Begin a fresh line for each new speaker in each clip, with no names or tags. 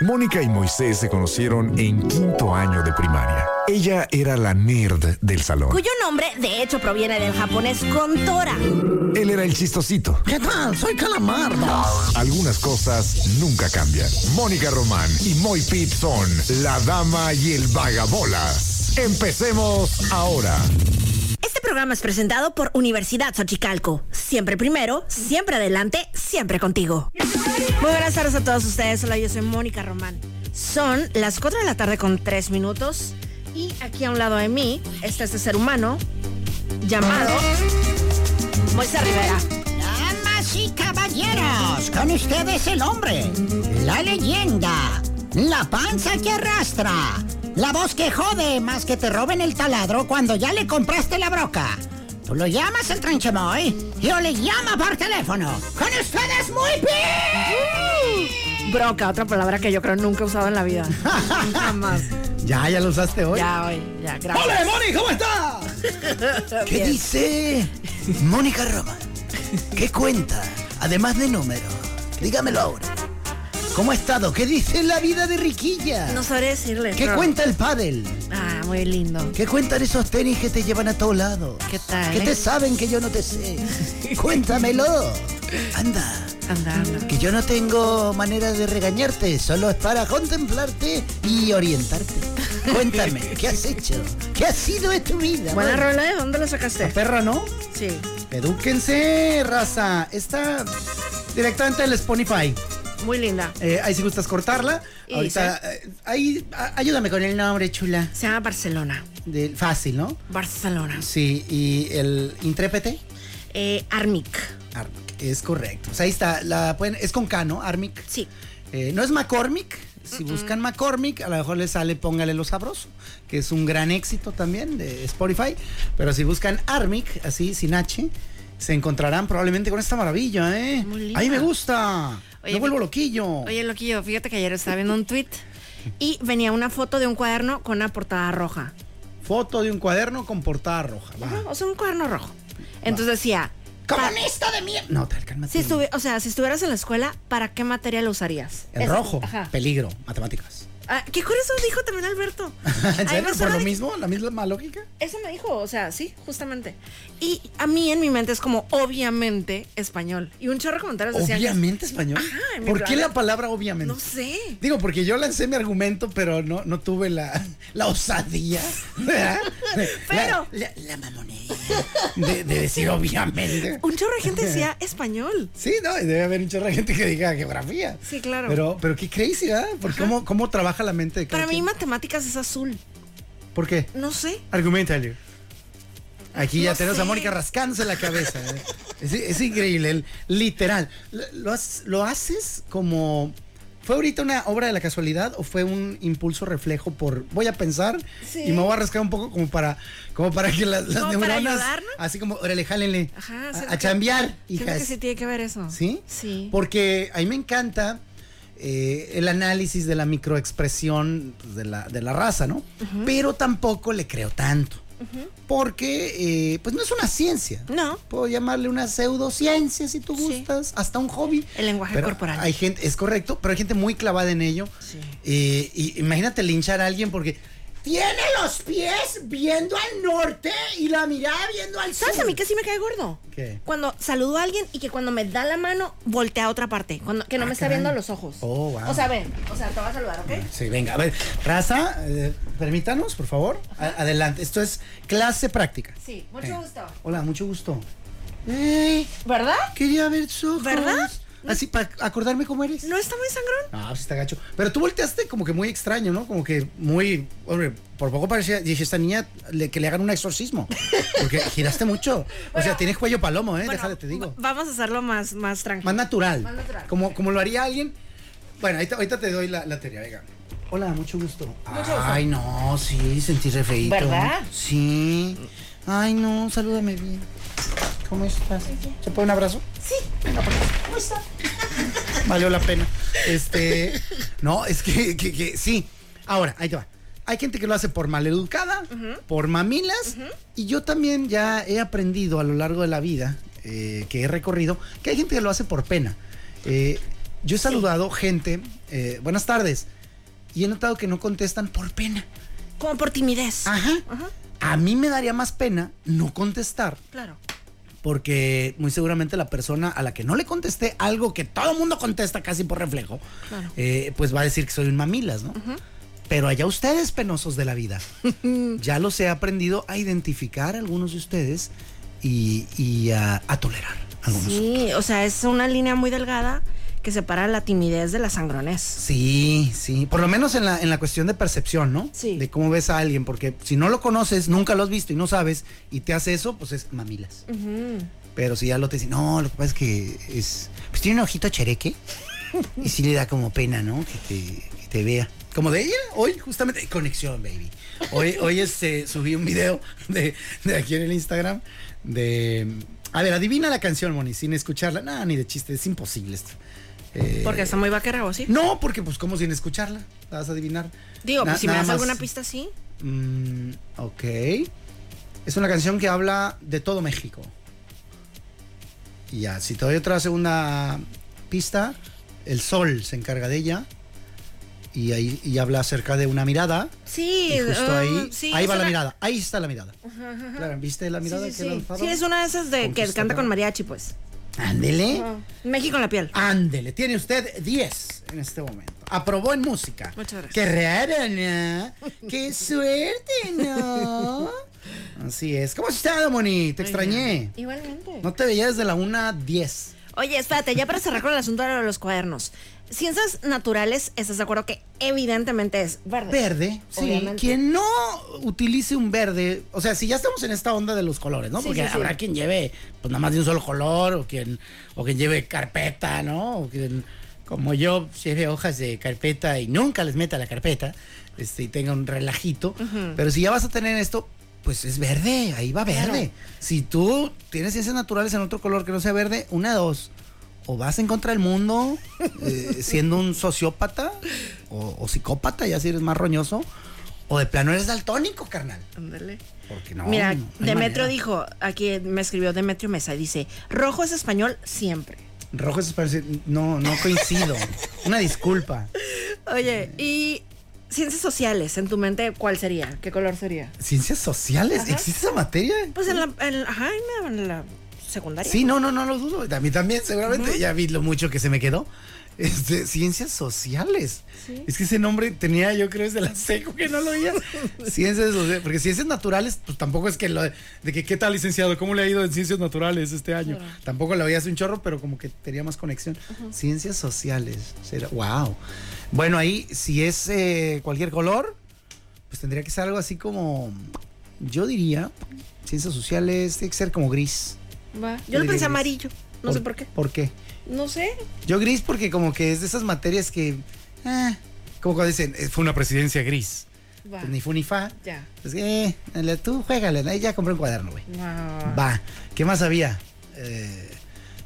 Mónica y Moisés se conocieron en quinto año de primaria. Ella era la nerd del salón.
cuyo nombre de hecho proviene del japonés Contora.
Él era el chistosito.
¿Qué tal? Soy Calamardo.
Algunas cosas nunca cambian. Mónica Román y Moy Pitt son la dama y el vagabolas. Empecemos ahora.
Este programa es presentado por Universidad Xochicalco. Siempre primero, siempre adelante, siempre contigo. Muy buenas tardes a todos ustedes. Hola, yo soy Mónica Román. Son las 4 de la tarde con 3 minutos. Y aquí a un lado de mí está este ser humano llamado Moisés Rivera.
Damas y caballeros, con ustedes el hombre, la leyenda, la panza que arrastra, la voz que jode más que te roben el taladro cuando ya le compraste la broca. Tú lo llamas el tranchemoy, yo le llamo por teléfono. Con ustedes muy bien.
Broca, otra palabra que yo creo nunca he usado en la vida. Jamás.
Ya, ya lo usaste hoy.
Ya, hoy, ya, gracias.
¡Hola, Moni! ¿Cómo está? ¿Qué
Bien.
dice Mónica Roma? ¿Qué cuenta? Además de número. Dígamelo ahora. ¿Cómo ha estado? ¿Qué dice la vida de Riquilla?
No sabré decirle.
¿Qué
no.
cuenta el pádel?
Ah, muy lindo.
¿Qué cuentan esos tenis que te llevan a todos lados?
¿Qué tal,
¿Qué
eh?
te saben que yo no te sé? Cuéntamelo. Anda.
Anda, anda.
Que yo no tengo manera de regañarte, solo es para contemplarte y orientarte. Cuéntame, ¿qué has hecho? ¿Qué ha sido de tu vida?
Buena
Moni?
rola, ¿de dónde la sacaste?
Perra, ¿no?
Sí.
Edúquense, raza. Está directamente del Spotify.
Muy linda.
Eh, ahí si gustas cortarla.
Y
Ahorita, eh, ahí, a- ayúdame con el nombre, chula.
Se llama Barcelona.
Del fácil, ¿no?
Barcelona.
Sí, y el intrépete.
Eh, Armic.
Armic, es correcto. O sea, ahí está. La pueden, es con K, ¿no? Armic.
Sí.
Eh, no es McCormick. Si buscan McCormick, a lo mejor les sale Póngale lo sabroso, que es un gran éxito también de Spotify. Pero si buscan Armic, así, sin H, se encontrarán probablemente con esta maravilla, ¿eh?
Muy linda.
Ahí me gusta.
Oye,
me vuelvo
mi-
loquillo.
Oye, loquillo, fíjate que ayer estaba viendo un tweet y venía una foto de un cuaderno con una portada roja.
Foto de un cuaderno con portada roja. Va.
¿no? O sea, un cuaderno rojo. Entonces decía,
¡Comunista de mierda! No, tal, cálmate.
si estuvi- o sea, si estuvieras en la escuela, ¿para qué materia lo usarías?
El
Es-
rojo,
Ajá.
peligro, matemáticas.
Ah, qué curioso dijo también Alberto. Ay,
¿En serio? ¿Por
Barcelona
lo
dijo-
mismo? ¿La misma lógica?
Eso me dijo, o sea, sí, justamente. Y a mí en mi mente es como, obviamente, español. Y un chorro de comentarios decían... que-
Obviamente español.
Ajá, en mi
¿Por qué
plan-
la palabra obviamente?
No sé.
Digo, porque yo lancé mi argumento, pero no, no tuve la, la osadía. ¿verdad?
Pero-
La, la- la mamonería de, de decir obviamente.
Un chorro de gente decía español.
Sí, no, y debe haber un chorro de gente que diga geografía.
Sí, claro.
Pero, pero qué crazy, ¿verdad? Porque cómo, cómo trabaja la mente de cada
Para mí
quien.
matemáticas es azul.
¿Por qué?
No sé.
Argumentale. Aquí ya
No
tenemos a
sé.
Mónica rascándose la cabeza. ¿eh? Es, es increíble, el- literal. Lo, lo haces- lo haces como... ¿Fue ahorita una obra de la casualidad o fue un impulso reflejo por voy a pensar
Sí.
y me voy a rascar un poco como para como para que las, las
Como para
neuronas
ayudar, ¿no?
así como órale, jálenle
Ajá,
a-
siento
a,
que-
chambear,
Creo que
hijas.
sí tiene que ver eso.
¿Sí?
Sí.
Porque a mí me encanta eh, el análisis de la microexpresión pues, de, la, de la raza, ¿no? Pero tampoco le creo tanto. Porque, eh, pues no es una ciencia.
No.
Puedo llamarle una pseudociencia si tú
Sí.
gustas, hasta un hobby.
El lenguaje corporal.
Hay gente, es correcto, pero hay gente muy clavada en ello.
Sí.
Eh, y imagínate linchar a alguien porque tiene los pies viendo al norte y la mirada viendo al sur.
¿Sabes a mí que sí me cae gordo?
¿Qué?
Cuando saludo a alguien y que cuando me da la mano, voltea a otra parte. Cuando, que no
Ah,
me está
caray.
viendo a los ojos.
Oh, wow.
O sea, ven. O sea, te voy a saludar, ¿ok?
Sí, venga, a ver, raza, eh, permítanos, por favor. A- adelante, esto es clase práctica.
Sí, mucho
Venga.
gusto.
Hola, mucho gusto. Ey,
¿Verdad?
quería ver sus ojos.
¿Verdad?
Así, para acordarme cómo eres.
¿No está muy sangrón?
No, pues está gacho. Pero tú volteaste como que muy extraño, ¿no? Como que muy. Hombre, por poco parecía. Dije, esta niña le- que le hagan un exorcismo. Porque giraste mucho. o sea, tienes cuello palomo, ¿eh?
Bueno,
Déjate, te digo.
va- Vamos a hacerlo más, más
Más
tranquilo.
natural.
Más natural.
Como, como lo haría alguien. Bueno, ahorita, ahorita te doy la, la teoría, venga. Hola, mucho gusto. Ay, no, sí, sentí re feíto.
¿Verdad?
Sí. Ay, no, salúdame bien. ¿Cómo estás? ¿Se puede un abrazo? Sí. ¿Cómo está? Valió la pena. Este, no, es que, que- que sí. Ahora, ahí te va. Hay gente que lo hace por maleducada, por mamilas, y yo también ya he aprendido a lo largo de la vida eh, que he recorrido que hay gente que lo hace por pena. Eh, Yo he saludado gente, eh, buenas tardes, y he notado que no contestan por pena.
Como por timidez.
Ajá. A mí me daría más pena no contestar,
Claro.
porque muy seguramente la persona a la que no le contesté algo que todo el mundo contesta casi por reflejo,
Claro.
eh, pues va a decir que soy un mamilas, ¿no? Pero allá ustedes, penosos de la vida, ya los he aprendido a identificar algunos de ustedes y, y a, a tolerar algunos.
Sí, o sea, Ah, es una línea muy delgada que separa la timidez de la sangrones.
Sí, sí. Por lo menos en la, en la cuestión de percepción, ¿no?
Sí.
De cómo ves a alguien, porque si no lo conoces, nunca lo has visto y no sabes, y te hace eso, pues es mamilas. Pero si ya lo te dicen, no, lo que pasa es que es. Pues tiene un ojito chereque. y sí le da como pena, ¿no? Que te, que te vea. Como de ella, hoy, justamente, conexión, baby. Hoy, hoy este, subí un video de, de aquí en el Instagram de. A ver, adivina la canción, Moni, sin escucharla. Nada, ni de chiste, es imposible esto. Eh,
Porque está muy vaquera, ¿o sí?
no, porque pues como sin escucharla, la vas a adivinar.
Digo,
Na-
pues si me
nada
das
más.
alguna pista, sí.
Mm, ok. Es una canción que habla de todo México. Y ya, si te doy otra segunda pista, el sol se encarga de ella. Y ahí y habla acerca de una mirada.
Sí,
Y justo
ah,
ahí,
sí,
ahí
es
va la
una-
mirada. Ahí está la mirada. Claro, ¿viste la mirada
Sí,
que era
sí,
el
sí.
faro?
Sí, es una de esas de que canta
Conquistadora.
con mariachi, pues. Ah,
Ándele.
México en la piel.
Ándele, tiene usted 10 en este momento. Aprobó en música.
Muchas gracias.
Qué raro, ¿no? Qué suerte, ¿no? Así es. ¿Cómo has estado, Moni? Te extrañé.
Igualmente.
No te veía desde la 1 a 10.
Oye, espérate, ya para cerrar con el asunto de los cuadernos. Ciencias naturales, ¿estás de acuerdo que evidentemente es verde?
Verde, sí.
Obviamente.
Quien no utilice un verde, o sea, si ya estamos en esta onda de los colores, ¿no?
Sí,
Porque
sí, sí.
habrá quien lleve, pues nada más de un solo color, o quien, o quien lleve carpeta, ¿no? O quien, como yo, lleve hojas de carpeta y nunca les meta la carpeta, este, y tenga un relajito. Pero si ya vas a tener esto, pues es verde, ahí va verde. Si tú tienes ciencias naturales en otro color que no sea verde, una de dos. O vas en contra del mundo eh, siendo un sociópata o, o psicópata, ya si eres más roñoso, o de plano eres daltónico, carnal.
Ándale.
Porque no.
Mira,
no hay
Demetrio
manera.
dijo, aquí me escribió Demetrio Mesa, dice, rojo es español siempre.
Rojo es parece. No, no coincido. Una disculpa.
Oye, y ciencias sociales, en tu mente, ¿cuál sería? ¿Qué color sería?
¿Ciencias sociales? ¿Existe esa materia?
Pues en la, en- ajá, en la, en la secundaria.
Sí, no, no, no lo dudo. A mí también, seguramente. Ya vi lo mucho que se me quedó. Este, ciencias sociales. Es que ese nombre tenía, yo creo, desde la seco que no lo oía. ciencias sociales. Porque ciencias naturales, pues tampoco es que lo de que qué tal, licenciado, cómo le ha ido en ciencias naturales este año. Tampoco lo oías un chorro, pero como que tenía más conexión. Ciencias sociales. Será- wow. Bueno, ahí, si es eh, cualquier color, pues tendría que ser algo así como. Yo diría, ciencias sociales, tiene que ser como gris.
Va. Yo lo pensé amarillo, no sé por qué.
¿Por qué?
No sé.
Yo gris porque como que es de esas materias que... ah, como cuando dicen, eh, fue una presidencia gris.
Va.
Pues ni fu ni fa.
Ya.
Pues, eh, dale, tú juégale. Ahí ya compré un cuaderno, güey.
No.
Va. ¿Qué más había? Eh,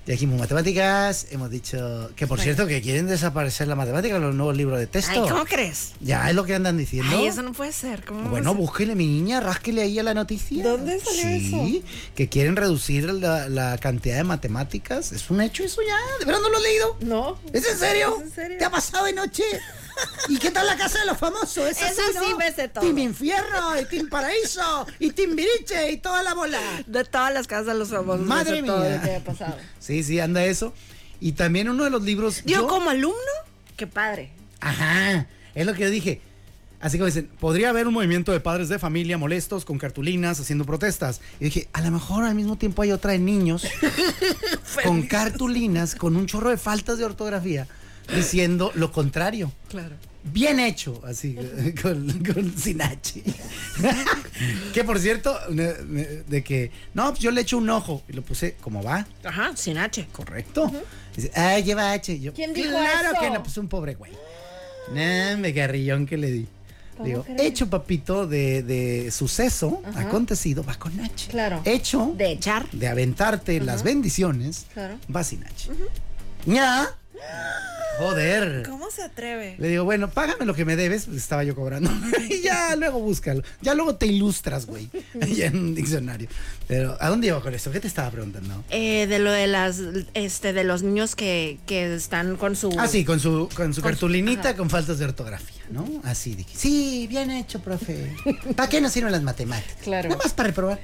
ya dijimos matemáticas, hemos dicho... Que por cierto, que quieren desaparecer la matemática en los nuevos libros de texto.
Ay, ¿cómo crees?
Ya es lo que andan diciendo.
Ay, eso no puede ser. ¿Cómo
Bueno,
vamos
búsquele, mi niña, rásquele ahí a la noticia.
¿Dónde salió
Sí, que quieren reducir la, la cantidad de matemáticas. Es un hecho eso ya. ¿De verdad no lo has leído?
a- No.
¿Es en serio?
¿Es en serio?
¿Te ha pasado de noche? ¿Y qué tal la casa de los famosos? Esa
Esa sí me sé todo.
Team Infierno, y Team Paraíso, y Team Viriche, y toda la bola.
De todas las casas de los famosos.
Madre
de todo
mía.
lo que había pasado.
Sí, sí, anda eso. Y también uno de los libros...
Yo,
yo-
como alumno, qué padre.
Ajá, es lo que yo dije. Así como dicen, podría haber un movimiento de padres de familia molestos con cartulinas haciendo protestas. Y dije, a lo mejor al mismo tiempo hay otra de niños con cartulinas, con un chorro de faltas de ortografía, diciendo lo contrario.
Claro.
Bien hecho, así, con, con sin H. que por cierto, me- me- de que, no, pues yo le echo un ojo y lo puse como va,
Ajá, sin H.
correcto. Dice, ah, lleva H. Y yo,
¿Quién dijo
claro
eso?
que no, pues un pobre güey. Nah, me garrillón que le di. Digo, hecho papito de, de suceso acontecido va con H.
Claro.
Hecho
De echar.
de aventarte las bendiciones
Claro.
va sin H. Ña. Joder.
¿Cómo se atreve?
Le digo, bueno, págame lo que me debes. Pues estaba yo cobrando. y ya luego búscalo. Ya luego te ilustras, güey. Ahí en un diccionario. Pero, ¿a dónde iba con esto? ¿Qué te estaba preguntando?
Eh, de lo de las, este, de los niños que, que están con su...
Ah, sí, con su, con su
Con su-
cartulinita
ajá.
con faltas de ortografía, ¿no? Así dije. Sí, bien hecho, profe. ¿Para qué nos sirven las matemáticas?
Claro.
Nada más para reprobar.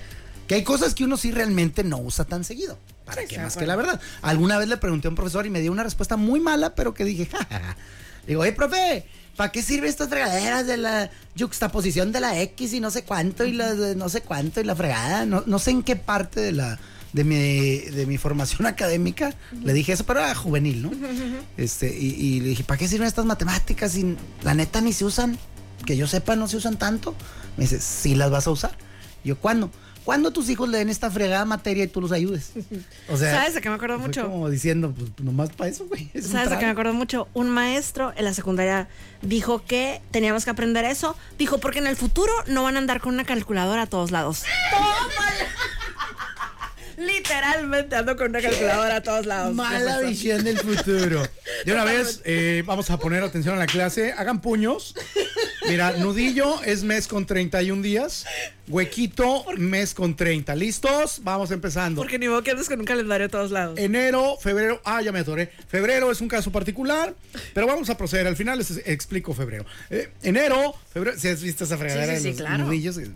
Que hay cosas que uno sí realmente no usa tan seguido. ¿Para
Sí,
qué
está
más
de
que la verdad? Alguna vez le pregunté a un profesor y me dio una respuesta muy mala, pero que dije, jajaja. Digo, hey, profe, ¿para qué sirve estas fregaderas de la juxtaposición de la X y no sé cuánto y la de no sé cuánto y la fregada? No, no sé en qué parte de la de mi, de mi formación académica le dije eso, pero era juvenil, ¿no? Este, y, y le dije, ¿para qué sirven estas matemáticas? Y la neta ni se usan, que yo sepa, no se usan tanto. Me dice, sí las vas a usar. Yo, ¿cuándo? ¿Cuándo tus hijos leen esta fregada materia y tú los ayudes? O
¿Sabes a qué me acuerdo
fue
mucho?
Como diciendo, pues nomás para eso, güey. es un
¿Sabes de qué me
trago.
acuerdo mucho? Un maestro en la secundaria dijo que teníamos que aprender eso. Dijo, porque en el futuro no van a andar con una calculadora a todos lados. Literalmente ando con una calculadora a todos lados.
Mala visión del futuro.
De una vez, eh, vamos a poner atención a la clase. Hagan puños. Mira, nudillo es mes con 31 días. Huequito, mes con 30. ¿Listos? Vamos empezando.
Porque ni modo que andes con un calendario a todos lados.
Eh,
Enero, febrero. Ah, ya me atoré. Febrero es un caso particular, pero vamos a proceder. Al final les explico febrero. Eh, enero, febrero. Si has visto esa
Sí,
fregadera
sí, sí,
de los
claro.
nudillos, eh,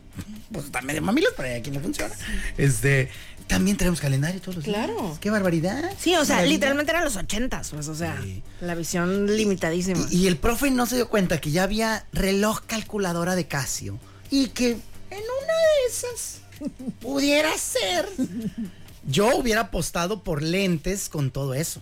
pues está medio mamilos, pero hay a quien no funciona. Este, también tenemos calendario todos los días.
Claro.
Qué barbaridad.
Sí, o sea,
Maravilla.
literalmente eran los ochentas, pues, o sea, la visión limitadísima.
Y, y el profe no se dio cuenta que ya había reloj calculadora de Casio y que en una de esas pudiera ser. Yo hubiera apostado por lentes con todo eso.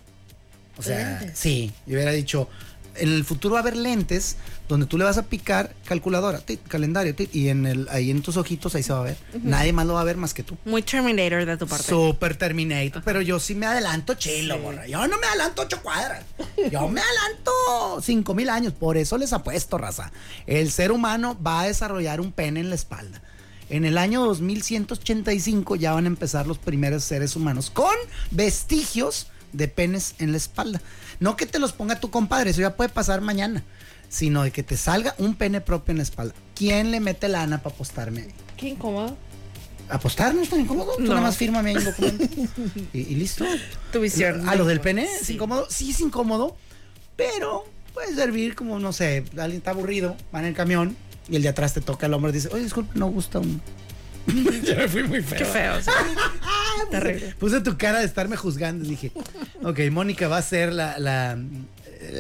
O sea, sí, yo hubiera dicho, en el futuro va a haber lentes donde tú le vas a picar calculadora, tit, calendario, tit, y en el, ahí en tus ojitos ahí se va a ver. Nadie más lo va a ver más que tú.
Muy Terminator de tu parte.
Super Terminator. Pero yo sí me adelanto chilo, borra. Yo no me adelanto ocho cuadras. Yo me adelanto cinco mil años. Por eso les apuesto, raza. El ser humano va a desarrollar un pene en la espalda. En el año 2185 ya van a empezar los primeros seres humanos con vestigios de penes en la espalda. No que te los ponga tu compadre, eso ya puede pasar mañana. Sino de que te salga un pene propio en la espalda. ¿Quién le mete lana para apostarme ahí?
Qué incómodo.
apostar no es tan incómodo. Tú
No.
nada más fírmame ahí un documento. y, y listo.
Tu visión.
A lo del pene, es
Sí.
incómodo. Sí, es incómodo, pero puede servir como, no sé, alguien está aburrido, va en el camión y el de atrás te toca el hombro y dice, oye, disculpe, no gusta un. Yo me fui muy feo.
Qué feo. o sea. Terrible.
Puse tu cara de estarme juzgando y dije, ok, Mónica va a ser la, la,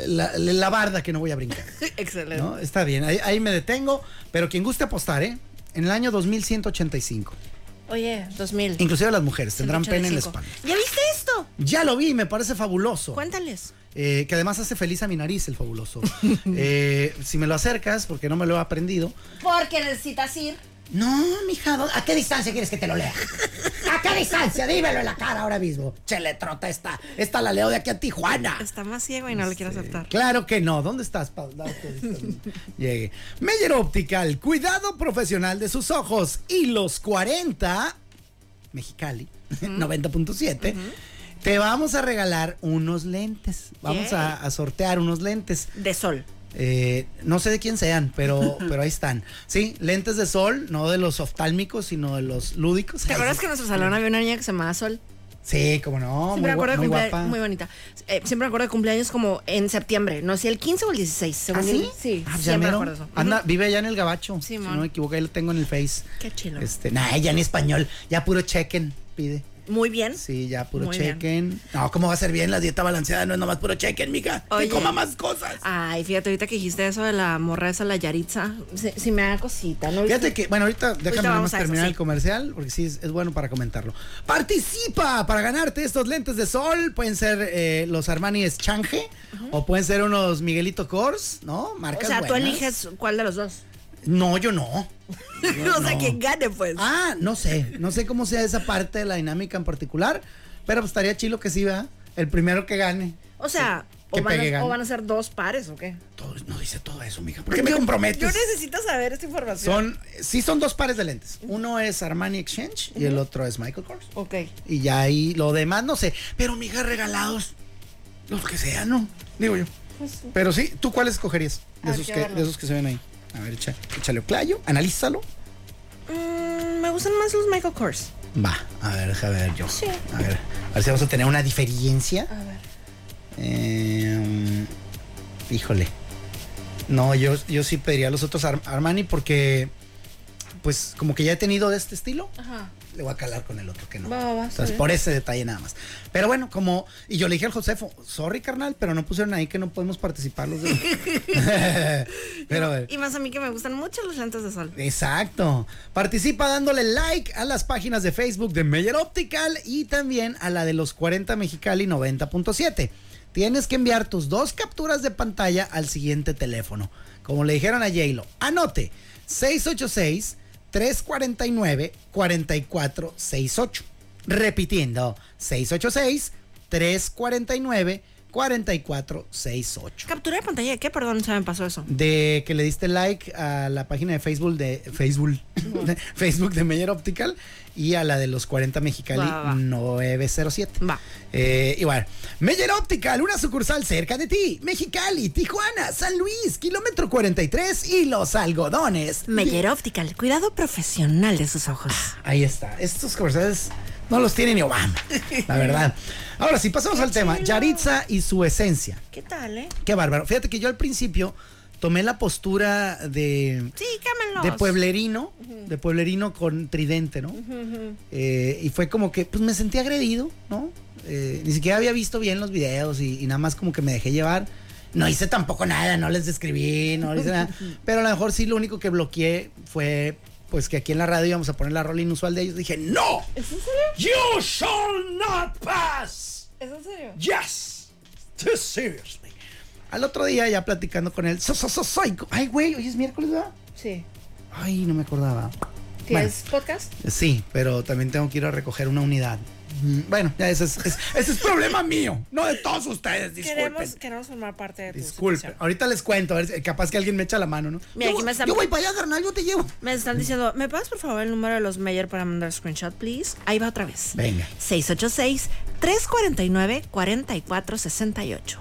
la, la barda que no voy a brincar.
Excelente.
¿no? Está bien, ahí, ahí me detengo, pero quien guste apostar, ¿eh? En el año 2185.
Oye, 2000.
Inclusive las mujeres tendrán pene en la espalda.
¿Ya viste esto?
Ya lo vi, me parece fabuloso.
Cuéntales.
Eh, que además hace feliz a mi nariz el fabuloso. Eh, si me lo acercas, porque no me lo he aprendido.
Porque necesitas ir.
No, mija, ¿dó- ¿a qué distancia quieres que te lo lea? ¿A qué distancia? Dímelo en la cara ahora mismo. Cheletrota esta, esta la leo de aquí a Tijuana.
Está más ciego y no le quiero aceptar.
Claro que no. ¿Dónde estás, Pau? Dame tu vista. Llegue. Meyer Optical, cuidado profesional de sus ojos. Y los 40, Mexicali, 90.7. Te vamos a regalar unos lentes. Vamos
Yay.
a- a sortear unos lentes.
De sol.
Eh, no sé de quién sean, pero, pero ahí están. Sí, lentes de sol, no de los oftálmicos, sino de los lúdicos.
¿Te acuerdas que en
no?
nuestro salón había una niña que se llamaba Sol?
Sí, como no, muy,
Siempre me
gua-
acuerdo de
muy
cumpleaños.
guapa.
Muy bonita. Eh, siempre me acuerdo de cumpleaños como en septiembre. No sé, el 15 o el 16. según
¿Ah,
yo.
sí?
Sí.
Ah, pues
siempre
ya
me
mero.
acuerdo de eso.
Anda,
Ujú.
vive allá en el gabacho. si
Simón.
no me equivoco, ahí lo tengo en el Face.
Qué chilo.
Este, nah, ya en español, ya puro chequen, pide.
Muy bien.
Sí, ya puro
Muy bien.
chequen. No, ¿cómo va a ser bien la dieta balanceada? No es nomás puro chequen, mija.
Oye. Ah,
Que coma más cosas.
Ay, fíjate, ahorita que dijiste eso de la morra esa, la Yaritza, si me da cosita, ¿no?
Fíjate que, bueno, ahorita déjame
Ahorita
nada
vamos
más
a eso,
terminar
sí.
el comercial, porque sí es, es bueno para comentarlo. Participa para ganarte estos lentes de sol. Pueden ser eh, los Armani Change o pueden ser unos Miguelito Kors, ¿no?
O
Marcas
sea, tú
buenas.
eliges cuál de los dos.
No, yo no.
o sea, quien gane, pues.
Ah, no sé. No sé cómo sea esa parte de la dinámica en particular, pero pues estaría chilo que sí, ¿verdad? El primero que gane.
o sea,
que
o van,
pegue,
a,
gane.
o van a ser dos pares, ¿o qué?
Todo- no dice todo eso, mija. ¿Por qué me comprometes?
Yo necesito saber esta información.
Pues, Son, sí son dos pares de lentes. Uno es Armani Exchange y el otro es Michael Kors.
Ok.
Y ya ahí lo demás no sé. Pero mija, regalados. Los que sean, ¿no? Digo yo.
Pues,
Pero sí, ¿tú cuál escogerías de,
Ah,
esos
qué
que,
bárbaro.
de esos que se ven ahí? A ver, echa- échale playo, analízalo.
Mm, me gustan más los Michael Kors.
Va, a ver, a ver yo.
Sí.
A ver, a ver si vamos a tener una diferencia.
A ver.
Eh, híjole. No, yo, yo sí pediría los otros Ar- Armani porque, pues, como que ya he tenido de este estilo,
Ajá.
le voy a calar con el otro que no.
Va, va, va, está
Entonces,
bien.
por ese detalle nada más. Pero bueno, como. Y yo le dije al Josefo, sorry, carnal, pero no pusieron ahí que no podemos participar los dos. pero a ver.
Y más a mí que me gustan mucho los lentes de sol.
Exacto. Participa dándole like a las páginas de Facebook de Meyer Optical y también a la de los 40 Mexicali 90.7. Tienes que enviar tus dos capturas de pantalla al siguiente teléfono. Como le dijeron a Jaylo, anote 686 349 4468. Repitiendo, 686 349 4468
¿Captura de pantalla de qué? Perdón, se me pasó eso.
de que le diste like a la página de Facebook de Facebook de Facebook de Meyer Optical y a la de los 40 Mexicali
Va, va, va.
907.
Va.
Eh, igual, Meyer Optical, una sucursal cerca de ti, Mexicali, Tijuana, San Luis, kilómetro 43 y los algodones.
Meyer Optical, cuidado profesional de sus ojos.
Ahí está. Estos comerciales no los tiene ni Obama, la verdad. Ahora sí, pasamos al tema. Yaritza y su esencia.
¿Qué tal, eh?
Qué bárbaro. Fíjate que yo al principio tomé la postura de
Sí, cámenlos.
de pueblerino, de pueblerino con tridente, ¿no? Eh, y fue como que, pues me sentí agredido, ¿no? Eh, ni siquiera había visto bien los videos y, y nada más como que me dejé llevar. No hice tampoco nada, no les describí, no hice nada. Pero a lo mejor sí lo único que bloqueé fue, pues que aquí en la radio íbamos a poner la rola inusual de ellos. Dije, no,
¿Es en serio?
you shall not pass.
¿Es en serio?
Yes, too seriously. Al otro día ya platicando con él, so, so, so, soy- Ay, güey, hoy es miércoles, ¿verdad?
Sí.
Ay, no me acordaba. Bueno,
podcast?
sí, pero también tengo que ir a recoger una unidad. Mm, Bueno, ya ese es, es- ese es problema mío, no de todos ustedes,
Queremos,
disculpen.
queremos formar parte de tu
Disculpen.
sección.
Ahorita les cuento, a ver, si- capaz que alguien me echa la mano, ¿no?
Mira,
yo,
aquí me están-
yo voy para allá, carnal, yo te llevo.
Me están diciendo, ¿me pasas por favor el número de los Meyer para mandar screenshot, please? Ahí va otra vez.
Venga.
686-349-4468.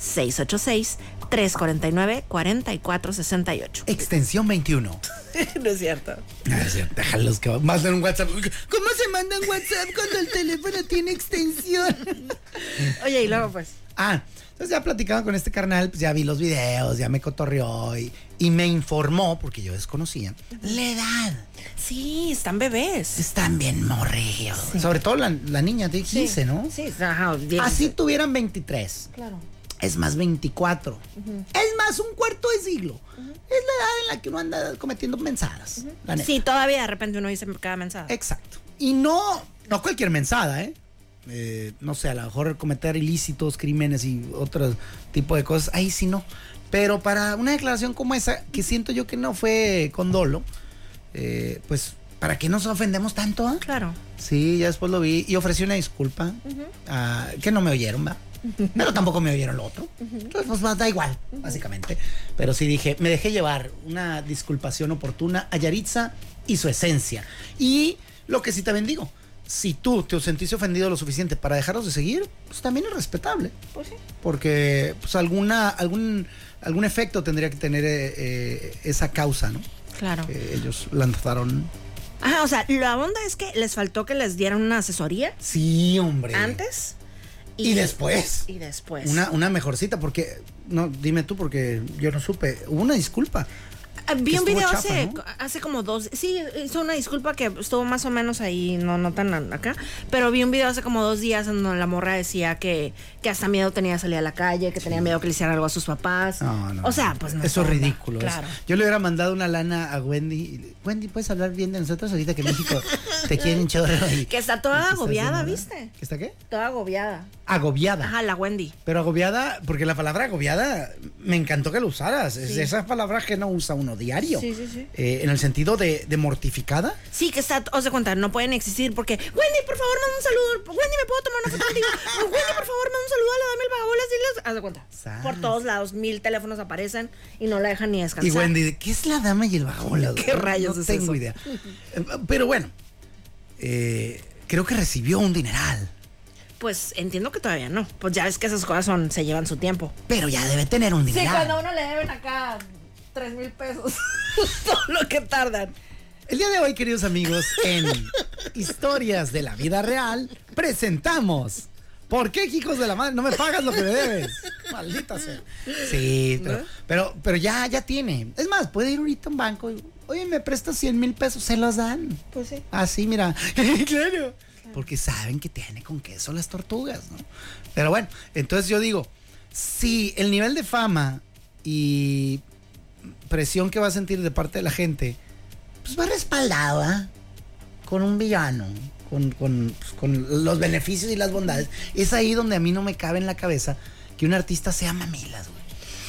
686-349-4468.
Extensión 21.
no es cierto.
Ah, sí, Déjalos que mandan un WhatsApp. ¿Cómo se mandan WhatsApp cuando el teléfono tiene extensión?
Oye, y luego pues.
Ah, entonces ya platicaba con este carnal, pues ya vi los videos, ya me cotorreó y, y me informó, porque yo desconocía, la edad.
Sí, están bebés.
Están bien morridos. Sobre todo la, la niña de 15, ¿no?
Sí, ajá, bien.
Así tuvieran 23.
Claro.
Es más 24. Es más un cuarto de siglo. Es la edad en la que uno anda cometiendo mensadas. La neta. Eh.
Sí, todavía de repente uno dice cada mensaje.
Exacto. Y no, no cualquier mensada, ¿eh? Eh, no sé, a lo mejor cometer ilícitos, crímenes y otro tipo de cosas. Ahí sí no. Pero para una declaración como esa, que siento yo que no fue con dolo, eh, pues, ¿para qué nos ofendemos tanto? ah?
Claro.
Sí, ya después lo vi y ofrecí una disculpa. ah, que no me oyeron, va. Pero tampoco me oyeron lo otro. Entonces, pues va, da igual, básicamente. Pero sí dije, me dejé llevar una disculpación oportuna a Yaritza y su esencia. Y lo que sí también digo, si tú te sentiste ofendido lo suficiente para dejarlos de seguir, pues también es respetable.
Pues sí.
Porque pues alguna, algún, algún efecto tendría que tener eh, eh, esa causa, ¿no?
Claro.
Que ellos lanzaron.
Ajá, o sea, la onda es que les faltó que les dieran una asesoría
Sí, hombre.
antes.
Y después.
Y después.
Una, una mejorcita, porque, no, dime tú, porque yo no supe. Hubo una disculpa.
Ah, Vi un
que estuvo
video
chafa,
hace,
¿no?
hace como dos, sí, hizo una disculpa que estuvo más o menos ahí, no, no tan a- acá, pero vi un video hace como dos días en donde la morra decía que, que hasta miedo tenía de salir a la calle, que tenía miedo que le hicieran algo a sus papás.
No, no.
o sea, pues no.
Eso es
onda.
ridículo. eso.
Claro.
Yo le hubiera mandado una lana a Wendy. y le- Wendy, ¿puedes hablar bien de nosotros ahorita que México te quieren chorro? y-
Que está toda
y te estás
agobiada,
viendo,
¿viste?
¿Que está qué?
Toda agobiada.
Agobiada.
Ajá, la Wendy.
Pero agobiada, porque la palabra agobiada me encantó que lo usaras. Es de esas palabras que no usa uno diario.
Sí, sí, sí.
Eh, en el sentido de, de mortificada.
Sí, que está, os de cuenta, no pueden existir porque, Wendy, por favor, manda un saludo. Wendy, ¿me puedo tomar una foto contigo? Wendy, por favor, manda un saludo a la dama el Vagabolas. y las- Haz de cuenta.
Sas.
Por todos lados, mil teléfonos aparecen y no la dejan ni descansar.
Y Wendy, ¿qué es la dama y el vagabolas?
¿Qué rayos
No
es
tengo
eso?
idea. Eh, Pero bueno, eh, creo que recibió un dineral.
pues entiendo que todavía no. Pues ya ves que esas cosas son, se llevan su tiempo.
Pero ya debe tener un
Sí, cuando a
dinero.
uno le deben acá tres mil pesos, todo lo que tardan.
El día de hoy, queridos amigos, en Historias de la Vida Real, presentamos. ¿Por qué, hijos de la madre? No me pagas lo que me debes. Maldita sea. Sí, pero, pero, pero ya, ya tiene. Es más, puede ir ahorita a un banco y, oye, me prestas 100 mil pesos, se los dan.
Pues sí.
Así, Ah, mira. claro. Porque saben que tiene con queso las tortugas, ¿no? Pero bueno, entonces yo digo, si el nivel de fama y presión que va a sentir de parte de la gente,
Pues va respaldado, ¿ah?
con un villano, con, con, pues, con los beneficios y las bondades. Es ahí donde a mí no me cabe en la cabeza que un artista sea mamilas, güey.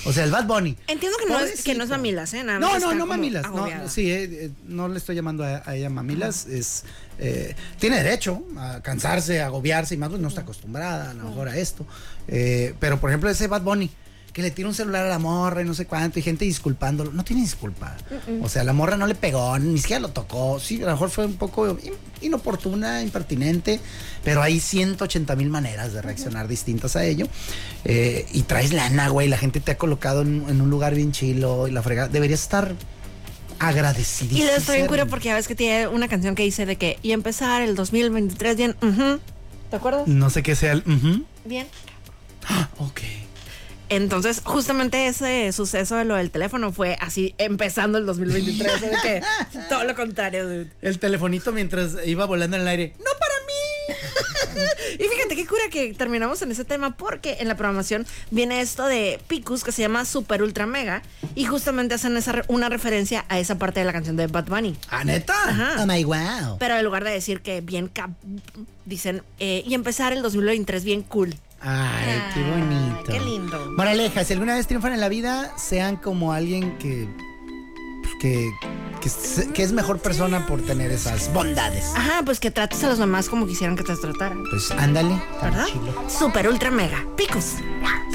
O sea, el Bad Bunny.
Entiendo que no, es,
Pobrecito.
que no es mamilas, ¿eh? Nada más
No,
está
no, no
como
mamilas. No,
agobiada.
sí, eh, eh, no le estoy llamando a, a ella mamilas. Es, eh, tiene derecho a cansarse, a agobiarse y más, pues, no está acostumbrada a lo mejor a esto. Eh, pero, por ejemplo, ese Bad Bunny que le tira un celular a la morra y no sé cuánto, y gente disculpándolo. No tiene disculpa. O sea, la morra no le pegó, ni siquiera lo tocó. Sí, a lo mejor fue un poco in- inoportuna, impertinente, pero hay 180 mil maneras de reaccionar distintas a ello. Eh, y traes lana, güey, la gente te ha colocado en, en un lugar bien chilo y la fregada. Deberías estar agradecido.
Y lo estoy en curio porque ya ves que tiene una canción que dice de que y empezar el 2023 bien. ujú". ¿Te acuerdas?
No sé qué sea el... ujú.
Bien.
Ah, ok.
Entonces, justamente ese suceso de lo del teléfono fue así empezando el 2023. de que todo lo contrario, dude.
El telefonito mientras iba volando en el aire.
¡No para mí! y fíjate qué cura que terminamos en ese tema porque en la programación viene esto de Picus que se llama Super Ultra Mega y justamente hacen esa re- una referencia a esa parte de la canción de Bad Bunny.
¿Ah, neta?
Ajá.
Oh my wow.
Pero en lugar de decir que bien cap, dicen eh, y empezar el 2023 bien cool.
Ay, qué bonito.
Ah, Qué lindo.
Moraleja, si alguna vez triunfan en la vida, sean como alguien que. pues, que. que, se- que es mejor persona por tener esas bondades.
Ajá, pues que trates a los demás como quisieran que te trataran.
Pues ándale, tan
¿Verdad?
chilo.
Super Ultra Mega. Picus.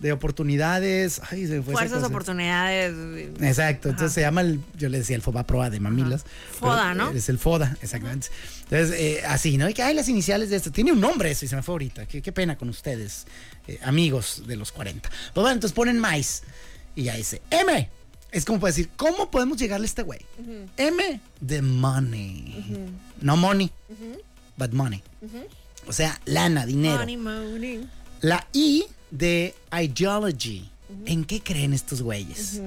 de oportunidades? Ay, se me fue esa
Fuerzas,
cosa.
oportunidades.
Exacto, entonces se llama, el, yo le decía el Fobaproa de mamilas. pero
Foda, ¿no?
Es el Foda, exactamente. Entonces, eh, así, ¿no? Y que hay las iniciales de esto. Tiene un nombre eso y se me fue ahorita. Qué, qué pena con ustedes, eh, amigos de los 40. Pues bueno, entonces ponen maíz y ya dice M. Es como para decir, ¿cómo podemos llegarle a este güey? M de money. No money, but money. O sea, lana, dinero.
Money, money.
La I de ideology. ¿En qué creen estos güeyes?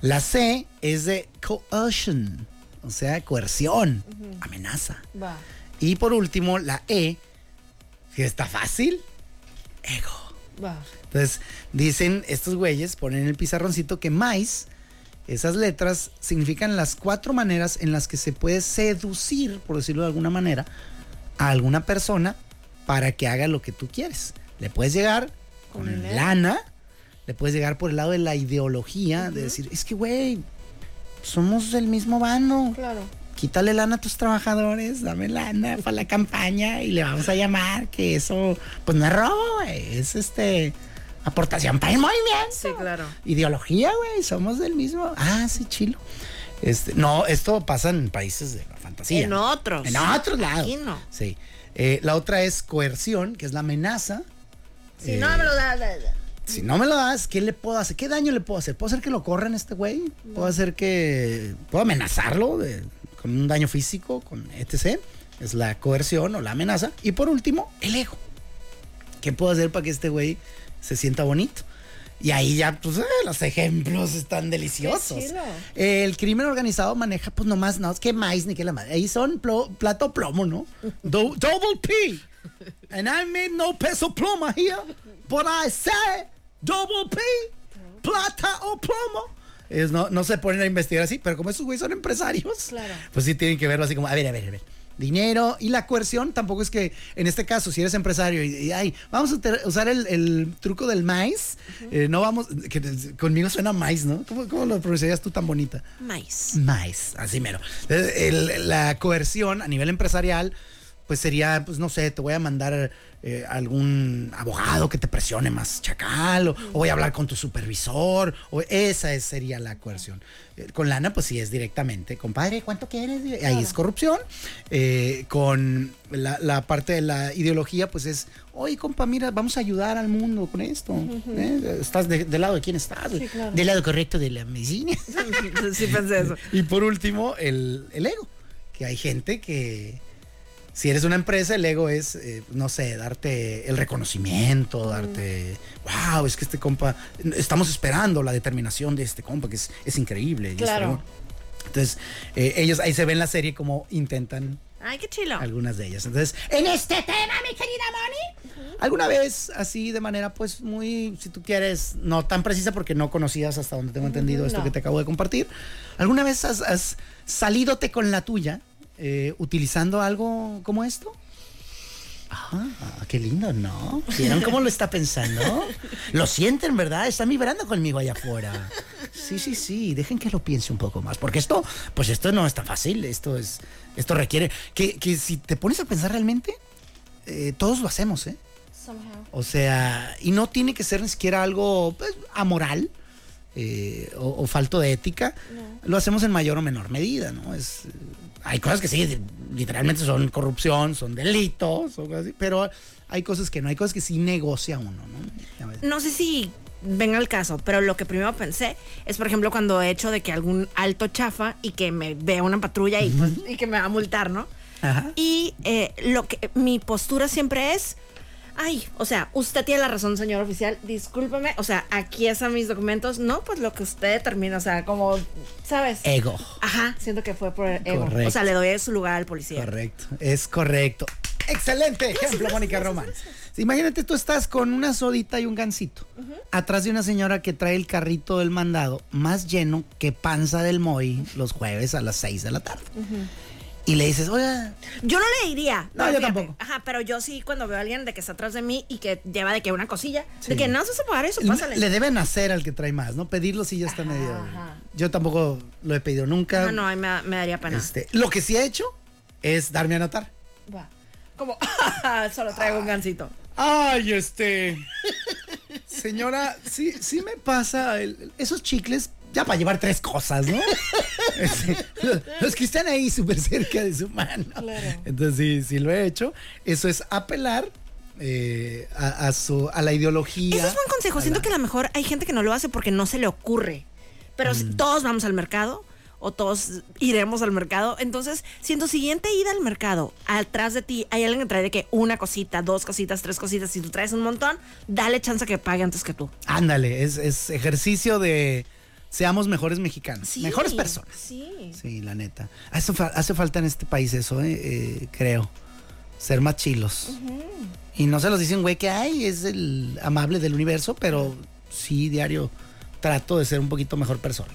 La C es de coercion, o sea, coerción, amenaza.
Va.
Y por último, la E, que está fácil, ego.
Va.
Entonces, dicen estos güeyes, ponen en el pizarroncito que más, esas letras significan las cuatro maneras en las que se puede seducir, por decirlo de alguna manera, a alguna persona para que haga lo que tú quieres. Le puedes llegar con lana, le puedes llegar por el lado de la ideología, de decir, es que güey, somos del mismo bando.
Claro.
Quítale lana a tus trabajadores, dame lana para la campaña y le vamos a llamar que eso, pues no es robo, güey, es este aportación para el movimiento
Sí, claro.
ideología, güey, somos del mismo. Ah, sí, chilo. Este, no, esto pasa en países de la fantasía.
En otros.
En otros lados.
Aquí no.
Sí. Eh, la otra es coerción, que es la amenaza. Eh,
Si no me lo da. da- da.
Si no me lo das, ¿qué le puedo hacer? ¿Qué daño le puedo hacer? ¿Puedo hacer que lo corran a este güey? ¿Puedo hacer que... ¿Puedo amenazarlo de- con un daño físico, con etc.? Es la coerción o la amenaza. Y por último, el ego. ¿Qué puedo hacer para que este güey se sienta bonito? Y ahí ya, pues, eh, los ejemplos están deliciosos.
Qué chido.
El crimen organizado maneja, pues, nomás, no, que maíz ni que la madre. Ahí son plo- plato plomo, ¿no? Do- double P. And I made no peso pluma here, but I say double P, plata o plomo. Es, no, no se ponen a investigar así, pero como esos güeyes son empresarios,
Claro.
pues sí tienen que verlo así como, a ver, a ver, a ver. Dinero y la coerción tampoco es que, en este caso, si eres empresario y, y, ay, vamos a te- usar el, el truco del maíz, eh, no vamos, que conmigo suena maíz, ¿no? ¿Cómo, cómo lo pronunciarías tú tan bonita?
Maíz.
Maíz, así mero. Entonces, el- la coerción a nivel empresarial, pues sería, pues no sé, te voy a mandar eh, algún abogado que te presione más chacal, o, o voy a hablar con tu supervisor, o esa es- sería la coerción. Eh, con lana, pues sí es directamente, compadre, ¿cuánto quieres? Y Ahí es corrupción. Eh, con la, la parte de la ideología, pues es, oye, compa, mira, vamos a ayudar al mundo con esto. ¿eh? Estás de- del lado de quién estás, güey? del lado correcto de la medicina.
sí pensé eso.
Y por último, el, el ego. Que hay gente que, si eres una empresa, el ego es, eh, no sé, darte el reconocimiento, darte, wow, es que este compa, estamos esperando la determinación de este compa, que es, es increíble. y es
Claro.
fregón". Entonces, eh, ellos ahí se ven la serie como intentan
Ay, qué chilo.
algunas de ellas. Entonces,
En este tema, mi querida Moni.
alguna vez así de manera pues muy, si tú quieres, no tan precisa porque no conocías hasta donde tengo entendido esto
no.
que te acabo de compartir, ¿alguna vez has, has salídote con la tuya eh, utilizando algo como esto? Ah, qué lindo, ¿no? ¿Vieron cómo lo está pensando? Lo sienten, ¿verdad? Están vibrando conmigo allá afuera. Sí, sí, sí. Dejen que lo piense un poco más. Porque esto, pues esto no es tan fácil. Esto es, esto requiere que, que si te pones a pensar realmente, eh, todos lo hacemos, ¿eh? O sea, y no tiene que ser ni siquiera algo pues, amoral eh, o, o falto de ética. Lo hacemos en mayor o menor medida, ¿no? Es, eh, hay cosas que sí, de- literalmente son corrupción, son delitos, o cosas así, pero hay cosas que no, hay cosas que sí negocia uno, ¿no? A ver.
No sé si venga el caso, pero lo que primero pensé es, por ejemplo, cuando he hecho de que algún alto chafa y que me vea una patrulla y, pues, y que me va a multar, ¿no?
Ajá.
Y eh, lo que mi postura siempre es, ay, o sea, usted tiene la razón, señor oficial, discúlpeme, o sea, aquí están mis documentos, no, pues lo que usted determina, o sea, como, ¿sabes?
Ego.
Ajá, siento que fue por ego.
Correcto.
O sea, le doy su lugar al policía.
Correcto, es correcto. Excelente ejemplo, Mónica Román. Imagínate, tú estás con una sodita y un gansito, atrás de una señora que trae el carrito del mandado más lleno que panza del Moy los jueves a las 6 de la tarde. Y le dices, oiga,
Yo no le diría.
No,
pero
yo tampoco.
Ajá, pero yo sí cuando veo a alguien de que está atrás de mí y que lleva de que una cosilla, de que no se hace pagar eso, pásale.
le deben hacer al que trae más, ¿no? Pedirlo si ya está medio. Yo tampoco lo he pedido nunca.
Ah, no, ahí me, da- me daría pena.
Este, lo que sí he hecho es darme a notar.
Va. Como, solo traigo un gancito.
Ay, este. Señora, sí, sí me pasa el- esos chicles ya para llevar tres cosas, ¿no? Este, los, los que están ahí súper cerca de su mano. Entonces, sí, sí lo he hecho. Eso es apelar eh, a, a su, a la ideología.
Eso es buen consejo.
a
Siento
la-
que a lo mejor hay gente que no lo hace porque no se le ocurre. Pero
Mm.
si todos vamos al mercado o todos iremos al mercado. Entonces, si en tu siguiente ida al mercado, atrás de ti hay alguien que trae de que una cosita, dos cositas, tres cositas, si tú traes un montón, dale chance a que pague antes que tú.
Ándale, es, es ejercicio de seamos mejores mexicanos,
Sí,
mejores personas.
Sí.
Sí, la neta. Hace, fa- hace falta en este país eso, eh, eh, creo. Ser más chilos. Y no se los dicen, güey, que ay, es el amable del universo, pero sí, diario trato de ser un poquito mejor persona.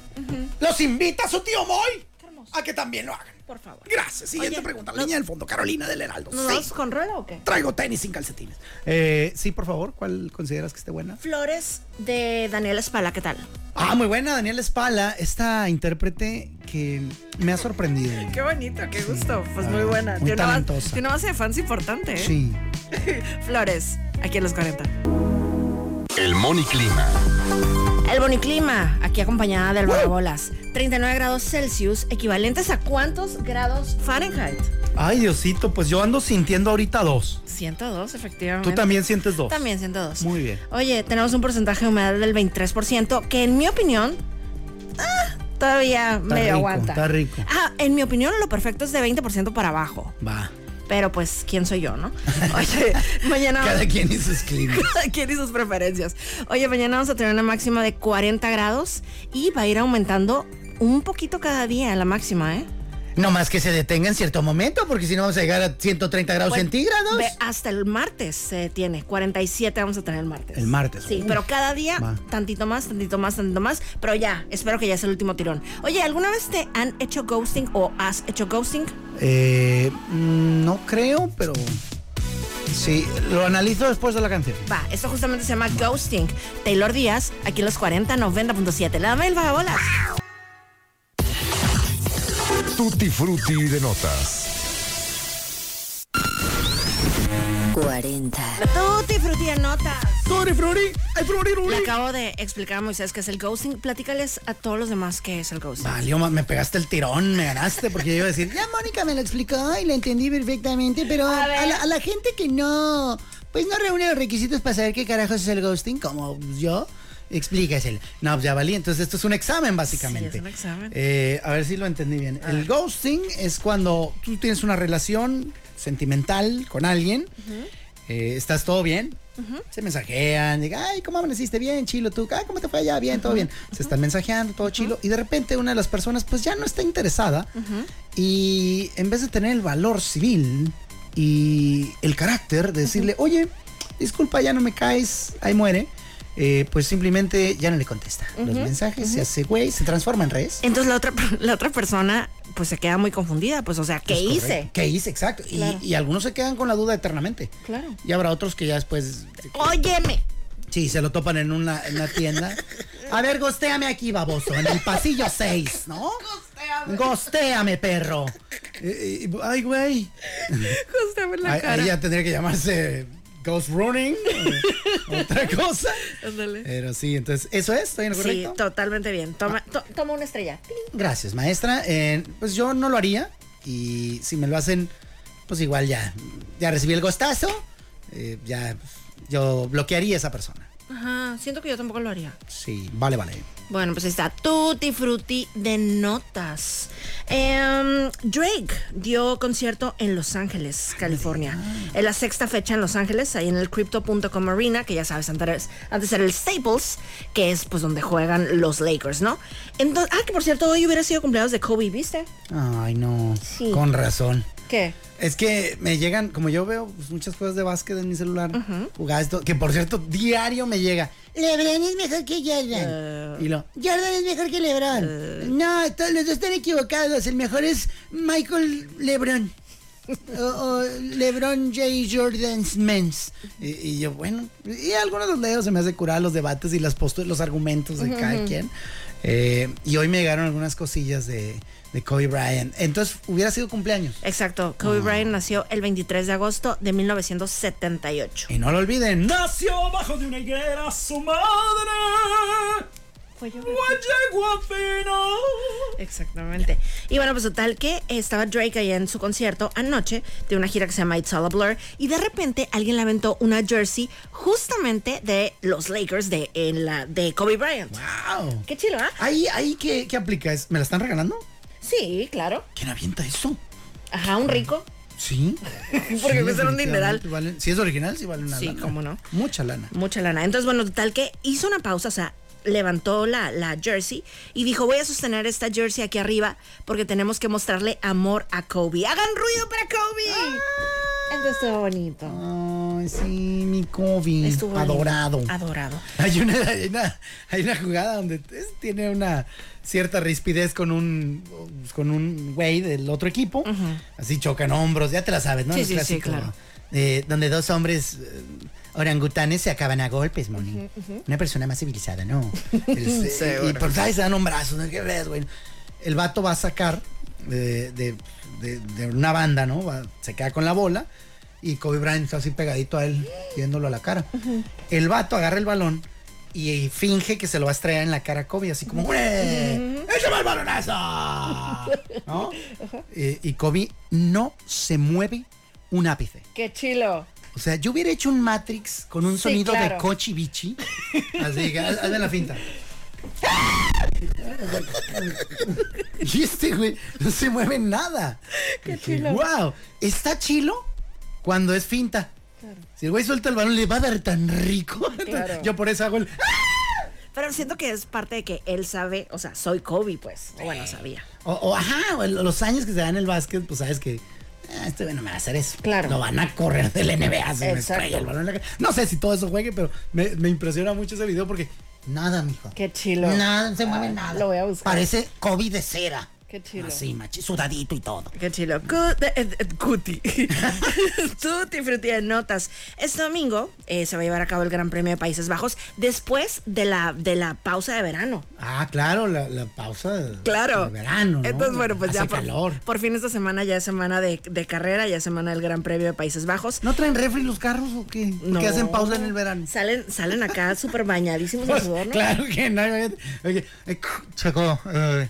Los invita a su tío Moy a que también lo hagan.
Por favor.
Gracias. Siguiente
Oye,
pregunta. La
nos-
niña del fondo, Carolina del Heraldo.
¿Nos
Sí.
vamos con rola o qué?
Traigo tenis sin calcetines. Eh, sí, por favor, ¿cuál consideras que esté buena?
Flores de Daniel Espala, ¿qué tal?
Ah, muy buena, Daniela Espala, esta intérprete que me ha sorprendido.
Qué bonito, qué gusto. Pues
Ah,
muy buena.
muy
tiene, una,
talentosa.
base- tiene una base de fans importante, ¿eh?
Sí.
Flores, aquí en los 40.
El Money Clima.
El boniclima, aquí acompañada del Barbolas. 39 grados Celsius, equivalentes a cuántos grados Fahrenheit?
Ay, Diosito, pues yo ando sintiendo ahorita dos.
102, efectivamente.
Tú también sientes dos.
También 102.
Muy bien.
Oye, tenemos un porcentaje de humedad del 23%, que en mi opinión, ah, todavía medio
rico,
aguanta.
está rico.
Ah, en mi opinión, lo perfecto es de 20% para abajo.
Va.
Pero pues, ¿quién soy yo, no? Oye, mañana.
Cada quien y sus climas.
Cada quien y sus preferencias. Oye, mañana vamos a tener una máxima de 40 grados y va a ir aumentando un poquito cada día la máxima, ¿eh?
No más que se detenga en cierto momento, porque si no vamos a llegar a 130 grados
Pues,
centígrados.
ve, hasta el martes se tiene. 47 vamos a tener el martes.
El martes,
Sí,
uf.
pero cada día
Va.
tantito más, tantito más, tantito más. Pero ya, espero que ya sea el último tirón. Oye, ¿alguna vez te han hecho ghosting o has hecho ghosting?
Eh, mm, no creo, pero. Sí, lo analizo después de la canción.
Va, esto justamente se llama ghosting. Taylor Díaz, aquí en los 40, 90.7. La dama el vagabolas.
Tutti frutti de notas.
40.
Tutti frutti de notas.
Sorry, Flori. Ay, Flori,
Le acabo de explicar a Moisés qué es el ghosting. Platícales a todos los demás qué es el ghosting.
Valió, ma- me pegaste el tirón, me ganaste, porque yo iba a decir, ya Mónica me lo explicó y lo entendí perfectamente, pero a,
ver.
la, a la gente que no, pues no reúne los requisitos para saber qué carajos es el ghosting, como yo, explícaselo. No, pues ya valí, entonces esto es un examen, básicamente.
Sí, es un examen.
Eh, a ver si lo entendí bien. el ghosting es cuando tú tienes una relación sentimental con alguien eh, ¿estás todo bien? Se mensajean, diga, ay, ¿cómo amaneciste? Bien, chilo, tú, ay, ¿cómo te fue allá? Bien, todo bien. Se están mensajeando, todo chilo, y de repente una de las personas, pues ya no está interesada, y en vez de tener el valor civil y el carácter de decirle, oye, disculpa, ya no me caes, ahí muere, eh, pues simplemente ya no le contesta los mensajes, se hace güey, se transforma en redes.
Entonces la otra, la otra persona pues se queda muy confundida, pues o sea, ¿qué
Es correcto.
hice?
¿Qué hice? Exacto. Y,
Claro.
y algunos se quedan con la duda eternamente.
Claro.
Y habrá otros que ya después,
Óyeme.
sí, se lo topan en una, en una tienda. A ver, gostéame aquí, baboso, en el pasillo 6, ¿no? Gostéame. perro. Eh, eh, Ay, güey.
Justamente en la
Ahí-
cara.
Ahí ya tendría que llamarse Ghost Running. o otra cosa.
Ándale.
Pero sí, entonces, ¿eso es? ¿Estoy en lo
Sí,
correcto? Ah.
totalmente bien. Toma, to- toma una estrella.
Gracias, maestra. Eh, pues yo no lo haría. Y si me lo hacen, pues igual ya. Ya recibí el gostazo. eh, ya. pues, Yo bloquearía a esa persona.
Ajá, siento que yo tampoco lo haría.
Sí, vale, vale.
Bueno, pues ahí está Tutti Frutti de notas. Em, Drake dio concierto en Los Ángeles, California. En la sexta fecha en Los Ángeles, ahí en el Crypto.com Arena, que ya sabes, antes era- antes era el Staples, que es pues donde juegan los Lakers, ¿no? Entonces, ah, que por cierto, hoy hubiera sido cumpleaños de Kobe, ¿viste?
Ay, no.
Sí.
Con razón.
¿Qué?
Es que me llegan, como yo veo pues, muchas cosas de básquet en mi celular, jugadas, to- que por cierto, diario me llega. Lebron es mejor que Jordan. y lo, Jordan es mejor que Lebron. no, to- los dos están equivocados. El mejor es Michael Lebron. o, o Lebron J. Jordan's Men's. Y, y yo, bueno, y algunos los leo, se me hace curar los debates y las posturas, los argumentos de cada quien. Eh, y hoy me llegaron algunas cosillas de, de Kobe Bryant. Entonces, hubiera sido cumpleaños.
Exacto, Kobe Bryant nació el 23 de agosto de 1978.
Y no lo olviden, nació bajo de una higuera su madre.
Fue yo.
Llegó a final.
Exactamente. Y bueno, pues total que estaba Drake allá en su concierto anoche de una gira que se llama It's All a Blur y de repente alguien le aventó una jersey justamente de los Lakers de, en la, de Kobe Bryant.
Wow.
Qué chilo, ¿ah?
Ahí, ahí ¿qué, qué aplica? ¿Es- ¿Me la están regalando?
Sí, claro.
¿Quién avienta eso?
Ajá, un rico.
Sí.
Porque cuestan un
definitivamente
dineral.
vale- si es original, sí vale una
Sí,
lana.
cómo no.
Mucha lana.
Mucha lana. Entonces, bueno, total que hizo una pausa, o sea, levantó la, la jersey y dijo, voy a sostener esta jersey aquí arriba porque tenemos que mostrarle amor a Kobe. ¡Hagan ruido para
Ah.
Kobe! Entonces estuvo bonito.
Ay, sí, mi Kobe.
Estuvo lindo.
adorado.
Adorado.
Hay una, hay, una, hay una jugada donde es- tiene una cierta rispidez con un con un güey del otro equipo. Así chocan hombros, ya te la sabes, ¿no?
Sí,
El
sí, sí, claro.
eh, donde dos hombres eh, orangutanes se acaban a golpes, Moni. Una persona más civilizada, ¿no? El- y- y por ahí se dan un brazo, ¿no? ¿Qué ves, güey? El vato va a sacar de, de- de- de una banda, ¿no? Va- se queda con la bola. Y Kobe Bryant está así pegadito a él, viéndolo a la cara. El vato agarra el balón y, y finge que se lo va a estrellar en la cara a Kobe, así como, ¡güey! ¡Échame el balonazo! ¿No? Eh, y Kobe no se mueve un ápice.
¡Qué chilo!
O sea, yo hubiera hecho un Matrix con un
Sí,
sonido
claro.
de Cochi Bichi. Así que, haz- hazme la finta. y este güey no se mueve nada. Qué chilo. Wow. Está chilo cuando es finta. Si el güey suelta el balón, le va a dar tan rico. Yo por eso hago el.
Pero siento que es parte de que él sabe, o sea, soy Kobe, pues. O
Eh.
Bueno, sabía.
O, o, ajá, o el- los años que se dan en el básquet, pues sabes que. "Ah, Este güey no me va a hacer eso.
Claro.
Lo van a correr del NBA. si me
Exacto.
estrella el balón en la cara. No sé si todo eso juegue, pero me, me impresiona mucho ese video porque nada, mijo.
Qué chilo. Ah,
Nada, no se mueve nada.
lo voy a buscar.
Parece COVID de cera.
Qué chilo.
Así, machi, sudadito y todo.
Qué chilo. Cu- eh, eh, Cuti. Tutti frutti de notas. Este domingo eh, se va a llevar a cabo el Gran Premio de Países Bajos después de la, de la pausa de verano.
Ah, claro, la, la pausa de,
Claro.
de verano. ¿no?
Entonces, bueno, pues
Hace
ya por,
calor.
por fin esta semana ya es semana de, de carrera, ya es semana del Gran Premio de Países Bajos.
¿No traen refri los carros o qué?
No.
¿Que hacen pausa en el verano?
Salen, salen acá
Pues,
súper bañadísimos de sudor, ¿no?
Claro que no. imagínate. Oye, eh, Chaco, eh,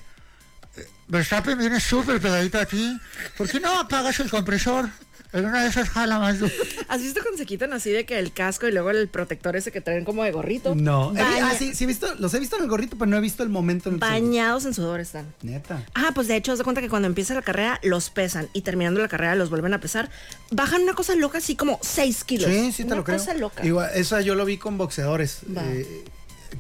Verstappen viene súper pegadito a ti. ¿Por qué no apagas el compresor? En una de esas jala más duro.
¿Has visto cuando se quitan así de que el casco y luego el protector ese que traen como de gorrito?
No. He vi-
Baña-
ah, sí, sí he visto, los he visto en el gorrito, pero no he visto el momento en el que-
Bañados en sudor están.
Neta.
Ah, pues de hecho, haz de cuenta que cuando empieza la carrera los pesan y terminando la carrera los vuelven a pesar. Bajan una cosa loca así como 6 kilos.
Sí, sí te
Una
lo creo.
cosa loca.
Igual, eso yo lo vi con boxeadores.
Va.
Eh,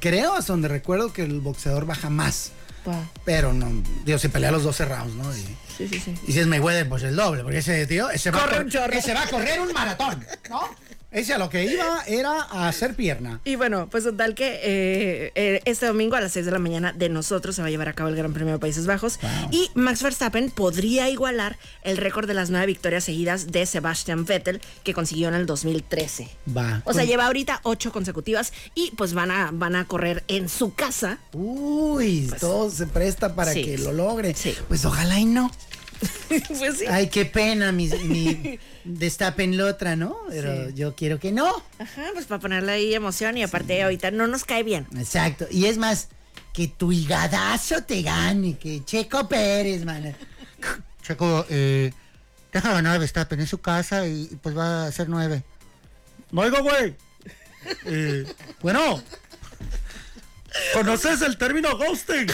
creo hasta donde recuerdo que el boxeador baja más.
Pa.
Pero no, digo, si pelea los 12 rounds, ¿no? Y,
Sí, sí, sí.
y si es Mayweather, pues el doble, porque ese tío, ese va, a
Corre
cor-
un chorro.
ese va a correr un maratón, ¿no? Ese a lo que iba era a hacer pierna.
Y bueno, pues total que eh, eh, este domingo a las 6 de la mañana de nosotros se va a llevar a cabo el Gran Premio de Países Bajos y Max Verstappen podría igualar el récord de las nueve victorias seguidas de Sebastian Vettel que consiguió en el 2013.
Va.
O sea, lleva ahorita ocho consecutivas y pues van a, van a correr en su casa.
Uy, todo se presta para
Pues, sí.
que lo logre.
Sí.
Pues ojalá y no.
pues sí.
Ay, qué pena, mi, mi destapen la otra, ¿no? Pero yo quiero que no.
Ajá, pues para ponerle ahí emoción y aparte ahorita no nos cae bien.
Exacto. Y es más, que tu higadazo te gane, que Checo Pérez, man.
Checo, eh, deja ganar a Verstappen en su casa y, y pues va a ser nueve.
Oigo, güey.
Eh,
Bueno. ¿Conoces el término ghosting?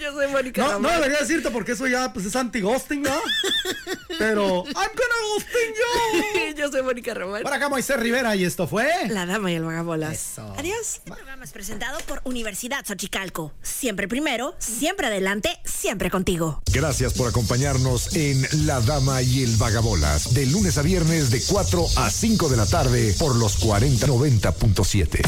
Yo soy Mónica
No, no
Román.
debería decirte porque eso ya pues, es anti-ghosting, ¿no? Pero. ¡I'm gonna ghosting you!
Yo soy Mónica Román.
Para acá Moisés Rivera y esto fue...
La dama y el vagabolas. Adiós. Este programa es presentado por Universidad Xochicalco. Siempre primero, siempre adelante, siempre contigo.
Gracias por acompañarnos en La Dama y el Vagabolas, de lunes a viernes de 4 a 5 de la tarde por los 4090.7.